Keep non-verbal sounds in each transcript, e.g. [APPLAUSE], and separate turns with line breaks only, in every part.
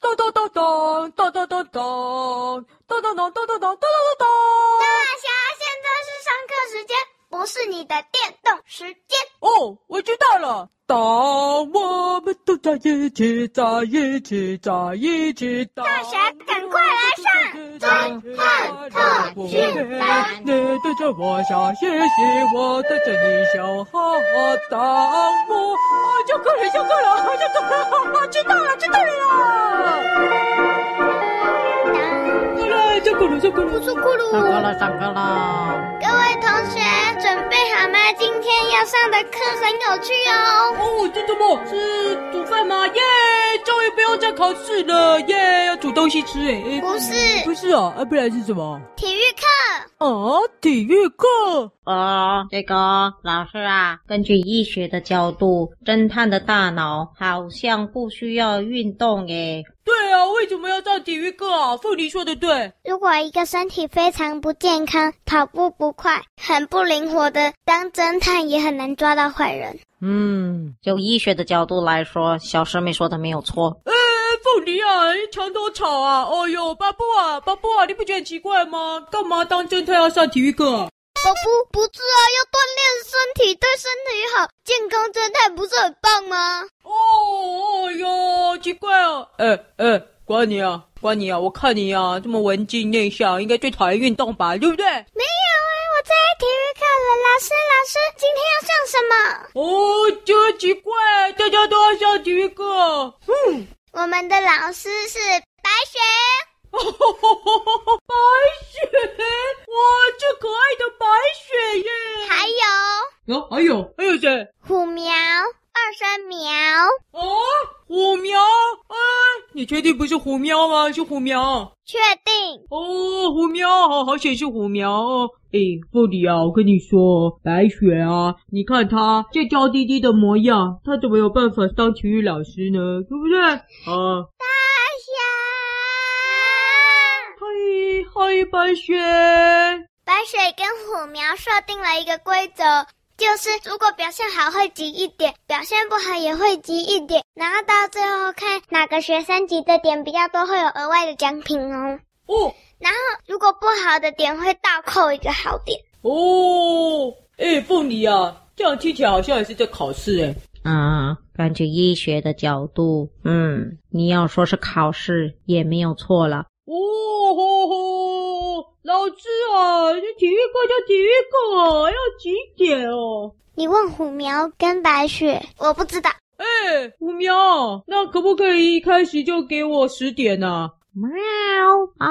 咚咚咚咚咚咚咚咚咚咚咚咚咚咚咚咚。
大侠，现在是上课时间，不是你的电动时间。
哦，我知道了。当我们都在一起，在一起，在一起。大
侠赶快来上
侦探特训班！你对着我笑嘻嘻，我对着你笑哈哈。当我啊，就够了，就够了，就够了，哈哈，知道了，知道了啦。好了，就够了，就够了。
咕噜咕噜，
上课了，上课了。
各位同学准备好吗？今天要上的课很有趣哦。
哦，这怎么是煮饭吗？耶，终于不用再考试了，耶，要煮东西吃哎。哎
不是
不是哦，啊，不然是什么？
体育课，
哦，体育课。
哦，这个老师啊，根据医学的角度，侦探的大脑好像不需要运动诶。
对啊，为什么要上体育课啊？凤梨说的对。
如果一个身体非常不健康、跑步不快、很不灵活的，当侦探也很难抓到坏人。
嗯，就医学的角度来说，小师妹说的没有错。
哎，凤梨啊，墙头草啊，哦呦，巴布啊，巴布啊，你不觉得很奇怪吗？干嘛当侦探要上体育课、啊？
我不不是啊，要锻炼身体，对身体好。健康侦探不是很棒吗？
哦，哦哟，奇怪哦。哎哎，关你啊，关你啊，我看你啊，这么文静内向，应该最讨厌运动吧，对不对？
没有啊，我最爱体育课了。老师，老师，今天要上什么？
哦，真奇怪，大家都要上体育 [LAUGHS] 课。嗯，
我们的老师是白雪。
白雪，哇，这可爱的白雪耶！哎
还有
有、还有还有谁？
虎苗、二声苗，
哦，虎苗，哎，你确定不是虎喵吗？是虎苗。
确定
哦，虎喵，好好显示虎苗哦。哎，凤梨啊，我跟你说，白雪啊，你看她这娇滴滴的模样，她怎么有办法当体育老师呢？对不对？啊，
大侠。
嗨嗨，白雪，
白水跟虎苗设定了一个规则，就是如果表现好会集一点，表现不好也会集一点，然后到最后看哪个学生集的点比较多，会有额外的奖品哦。
哦
然后如果不好的点会倒扣一个好点。
哦，哎，凤梨啊，这样听起来好像也是在考试哎。
啊，根据医学的角度，嗯，你要说是考试也没有错了。
哦吼吼，老师啊，这体育课就体育课哦，要几点哦？
你问虎苗跟白雪，我不知道。
哎，虎喵，那可不可以一开始就给我十点呢、
喵啊，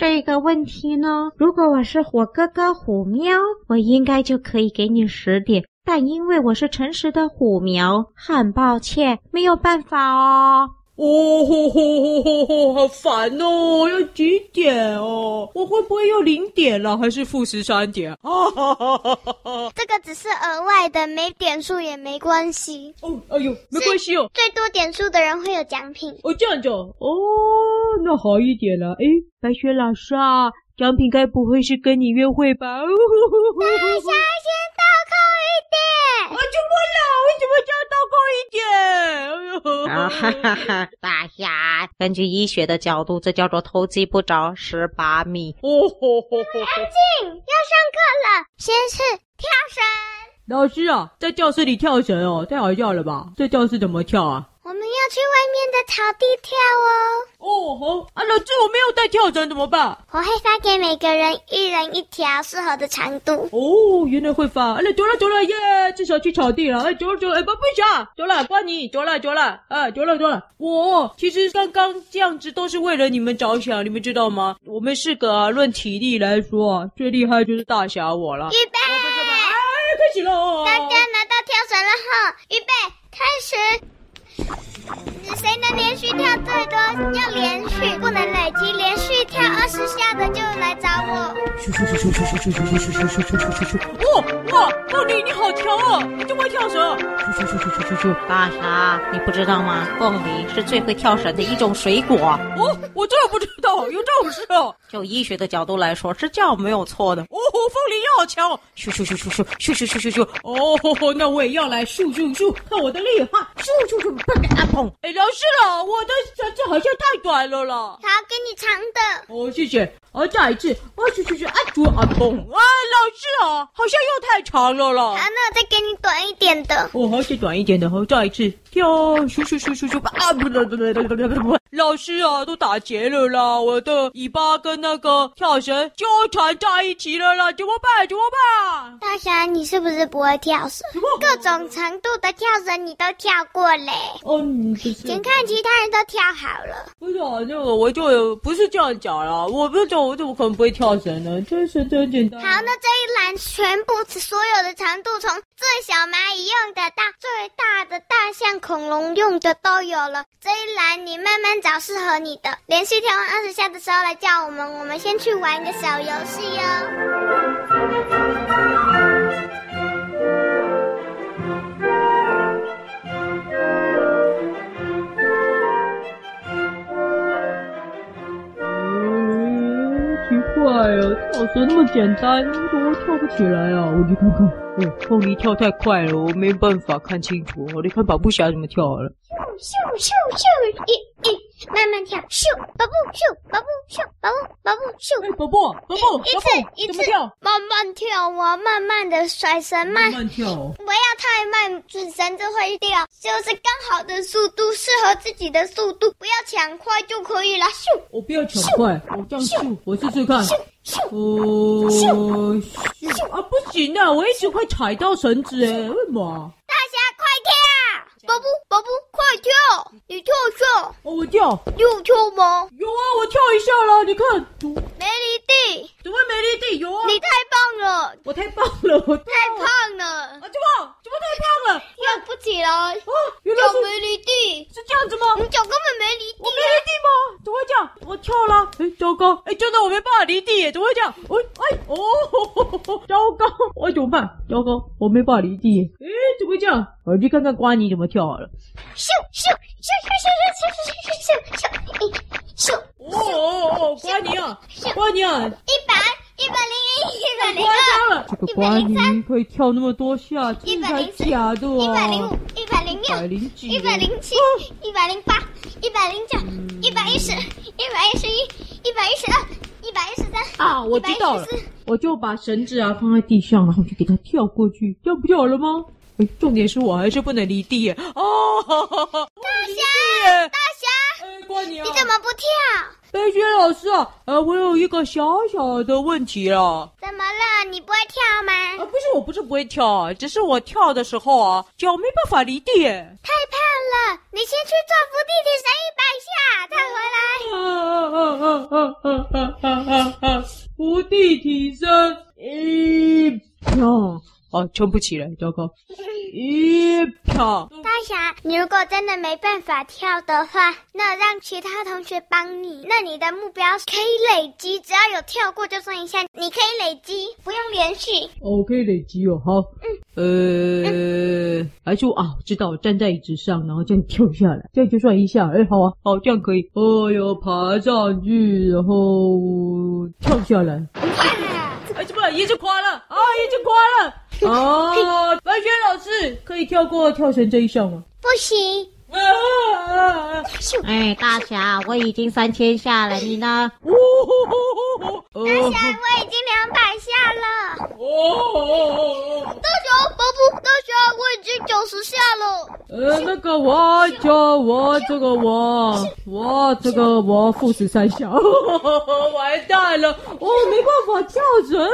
这个问题呢，如果我是火哥哥虎喵，我应该就可以给你十点，但因为我是诚实的虎苗，很抱歉，没有办法哦。
哦吼吼吼吼吼，好烦哦！要几点哦？我会不会又零点了？还是负十三点？啊哈哈哈哈哈！
这个只是额外的，没点数也没关系。
哦，哎呦，没关系哦。
最多点数的人会有奖品。
哦，这样子哦，哦那好一点了。哎，白雪老师啊，奖品该不会是跟你约会 [LAUGHS] 吧？哦、吼吼吼
大侠
吼
哎先倒扣一
啊，
点。
怎么了？为什么这样倒扣
[LAUGHS]
一点？哎呦！
啊哈哈哈！大侠，根据医学的角度，这叫做偷鸡不着蚀把米。
哦吼吼吼吼！
静，要上课了，先是跳绳。
老师啊，在教室里跳绳哦，太好笑了吧？在教室怎么跳啊？
我们要去外面的草地跳哦。
哦吼啊，老师我没有带跳绳怎么办？
我会发给每个人一人一条适合的长度。
哦，原来会发，哎，走了走了耶，至少去草地了，哎，走了走了，哎，不不行，走了，关你，走了走了，哎，走了走了。我其实刚刚这样子都是为了你们着想，你们知道吗？我们四个啊，论体力来说啊，最厉害就是大侠我了。
预备，
哎，开始喽！
大家拿到跳绳了哈！预备，开始。谁能连续跳最多？要连续，不能累积。连续跳二十下的就来找我。
哦哇，凤梨你好强哦，你这么会跳绳。
大侠，你不知道吗？凤梨是最会跳绳的一种水果。
哦，我真的不知道有这种事哦。
就医学的角度来说，是这样没有错的。
哦，风铃要强哦，咻咻咻咻咻咻咻咻咻咻。哦，吼吼那我也要来咻咻咻，看我的厉害！
咻咻咻，砰砰！
哎，老师了，我的绳子好像太短了啦。
好，给你长的。
哦，谢谢。哦，再一次。哦，去去去，啊，主啊蹦。啊，老师啊，好像又太长了
好，
啦。
那我再给你短一点的。
哦，还是短一点的。好，再一次。跳，咻咻咻咻咻吧。啊，不不不不不不不。老师啊，都打结了啦，我的尾巴跟那个跳绳纠缠在一起了啦，怎么办？怎么办？
大侠，你是不是不会跳绳？
怎么办
各种程度的跳绳你都跳过嘞，
哦，你不是。
请看其他人都跳好了。
不是啊，那个我就不是这样讲啦，我不懂，我怎么可能不会跳绳呢？这绳子很简单。
好，那这一栏全部所有的长度，从最小蚂蚁用的到最大的大象、恐龙用的都有了。这一栏你慢慢找适合你的，连续跳完二十下的时候来叫我们，我们先去玩一个小游戏哦哟、
嗯，奇怪哦，跳绳那么简单，为什么跳不起来啊？我去看看。哦，凤梨跳太快了，我没办法看清楚。我得看跑步侠怎么跳好了。
咻咻咻，一一慢慢跳，咻，跑步，咻，跑步，咻，跑步，跑步，
哎，
咻，
宝宝，宝宝，
一
宝宝，
次一
怎么
次
跳？
慢慢跳啊，慢慢的甩绳，慢
慢跳哦。
不要太慢，准绳子会掉，就是刚好的速度，适合自己的速度，不要抢快就可以了。咻
我不要抢快，我这样咻，我试试看。
咻，
哦，咻啊，不行啊，我一直会踩到绳子哎，为什么啊？
大侠快跳！宝宝宝宝快跳！你跳跳，
哦，我跳，
你有跳吗？
有啊，我跳一下啦，你看，
没离地，
怎么美丽地有啊？
你太棒了，
我太棒了，我太
太
啊，
胖了，
怎么怎么太胖了？
跳不起来，
啊，原来
脚
是
没离地，
是这样子吗？
你脚根本没离地
我没离地吗？怎么会这样？我跳了，哎，糟糕，哎，真的我没办法离地耶，怎么会这样？哎哎哦， [LAUGHS] 糟糕，我怎么办？糟糕，我没办法离地耶，哎，怎么会这样？我去看看瓜你怎么跳好了。
咻咻咻咻咻咻咻咻咻咻咻咻，
哦哦哦，瓜尼啊，瓜尼啊，
一百一百零一一百
太
零
夸
二。
张啊了！这个瓜尼可以跳那么多下，真的还假的
一
啊？
百零五、一百零
百
六、
零几，
一百零七、一百零八、一百零九、一百一十、一百一十一、一百一十二、一百一十三。
啊，我知道了，我就把绳子啊放在地上，然后就给它跳过去，这样不就好了吗？哎，重点是我还是不能离地耶！哦，大侠，
大侠，
哎，瓜你啊，
你怎么不跳？
白雪老师啊，呃，我有一个小小的问题啦。
怎么了？你不会跳
啊，
吗？
不是，我不是不会跳啊，只是我跳的时候啊，脚没办法离地耶。
太胖了，你先去做伏地
啊啊啊啊啊啊
挺身一百下，再回来。
啊啊啊！伏地挺身，一飘，啊，撑不起来，糟糕，一飘。
大侠，你如果真的没办法跳的话，那让其他同学帮你。那你的目标可以累积，只要有跳过就算一下，你可以累积，不用连续。
哦，可以累积哦，好，呃，还是我啊，我知道，站在椅子上，然后这样跳下来，这样就算一下，哎，好啊，好，这样可以。哦哟，爬上去，然后跳下来，哎，怎么椅子垮了啊，椅子垮 [LAUGHS] 了啊！白雪老师可以跳过跳绳这一项吗？
不行，
[LAUGHS] 啊啊啊！
哎，大侠，我已经三千下了，你呢？
呜呼呼呼！
大
哦
侠，我已经两百下了。
哦，
大侠，伯伯，大侠，我已经九十下了。
呃，那个我叫我这个我我这个我负十三下， [LAUGHS] 完蛋了，我没办法跳绳了，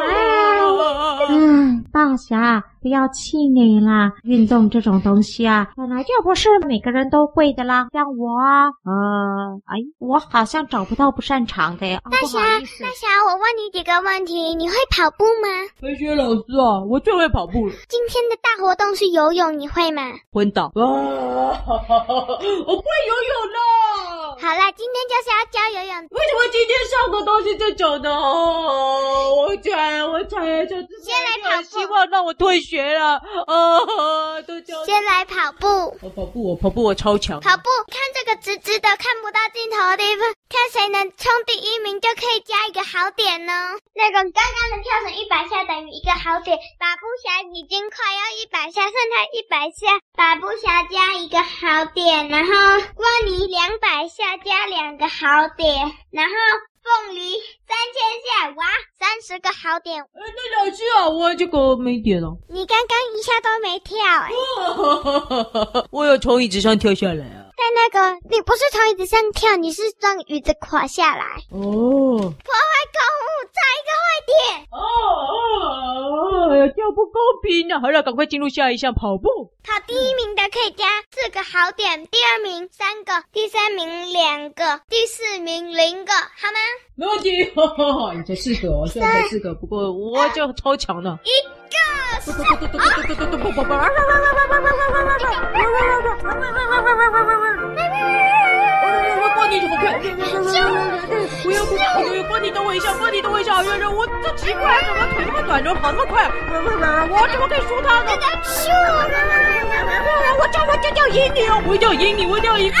哎呀！
嗯，大侠，不要气馁啦！运动这种东西啊，本来就不是每个人都会的啦。像我啊，呃，哎，我好像找不到不擅长的呀，啊、不
大
好
侠
意，思
大。侠，我问你几个问题，你会跑步吗？
[LAUGHS] 飞雪老师啊，我最会跑步了，
今天的大活动是游泳，你会吗？
昏倒啊！ [LAUGHS] 我不会游泳了。
好啦，今天就是要教游泳。
为什么今天上课都是这种的？哦，我惨，我惨，就
先来跑步
希望让我退学了。哦，都教
先来跑步，
我跑步，我跑步，我超强。
跑步看这个直直的看不到尽镜头的地方，看谁能冲第一名就可以加一个好点呢。那个刚刚的跳绳一百下等于一个好点，把布侠已经快要一百下，剩他一百下，把布侠加一个好点，然后光妮两百下加两个好点，然后凤梨三千下，哇，三十个好点。
哎，那老师啊，我这个没点了，
你刚刚一下都没跳哎、
我要从椅子上跳下来啊。
在那个你不是从椅子上跳，你是让椅子垮下来。
哦。
公物差一个坏点，
哦哦，哦，这不公平啊！好了，赶快进入下一项跑步。
考第一名的可以加四个好点，第二名三个，第三名两个，第四名零个，好吗？
没问题，哈哈哈，你才四个哦，虽然才四个，不过我就超强的。
一个，
帮你怎么快？不要不要！帮你等我一下，帮你等我一下！月月，我这奇怪，怎么腿那么短，就跑那么快？我怎么可以输他呢？
咻！
我这我这要赢你哦！我一定要赢你，我一定要赢你！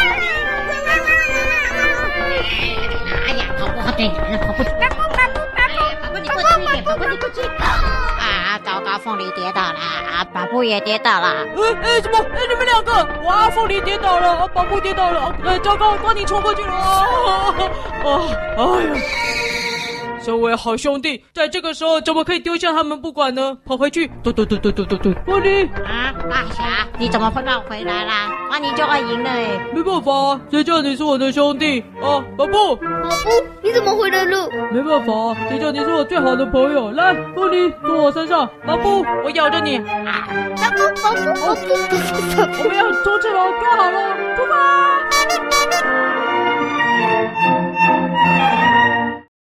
哎呀，跑步好对你了，跑步。跑步跑步跑步，跑步你过去一点，跑步你过去一点。啊，糟糕，凤梨跌倒了，啊，跑步也跌倒了。
哎哎，什么？哎，你们两个，哇，凤梨跌倒了，哦宝布跌倒了，呃，糟糕，光你冲过去了，啊啊，哎呀！身为好兄弟，在这个时候怎么可以丢下他们不管呢？跑回去，嘟嘟嘟嘟嘟嘟嘟，玻璃，
啊，大侠，你怎么会绕回来啦？那你就会赢了哎。
没办法啊，谁叫你是我的兄弟啊？宝布，
跑步，你怎么回来了？
没办法啊，谁叫你是我最好的朋友？来，玻璃，坐我身上，宝布，我咬着你，
跑步，跑步，跑步，跑步。
我们要冲刺了，看好了，出发！
啊！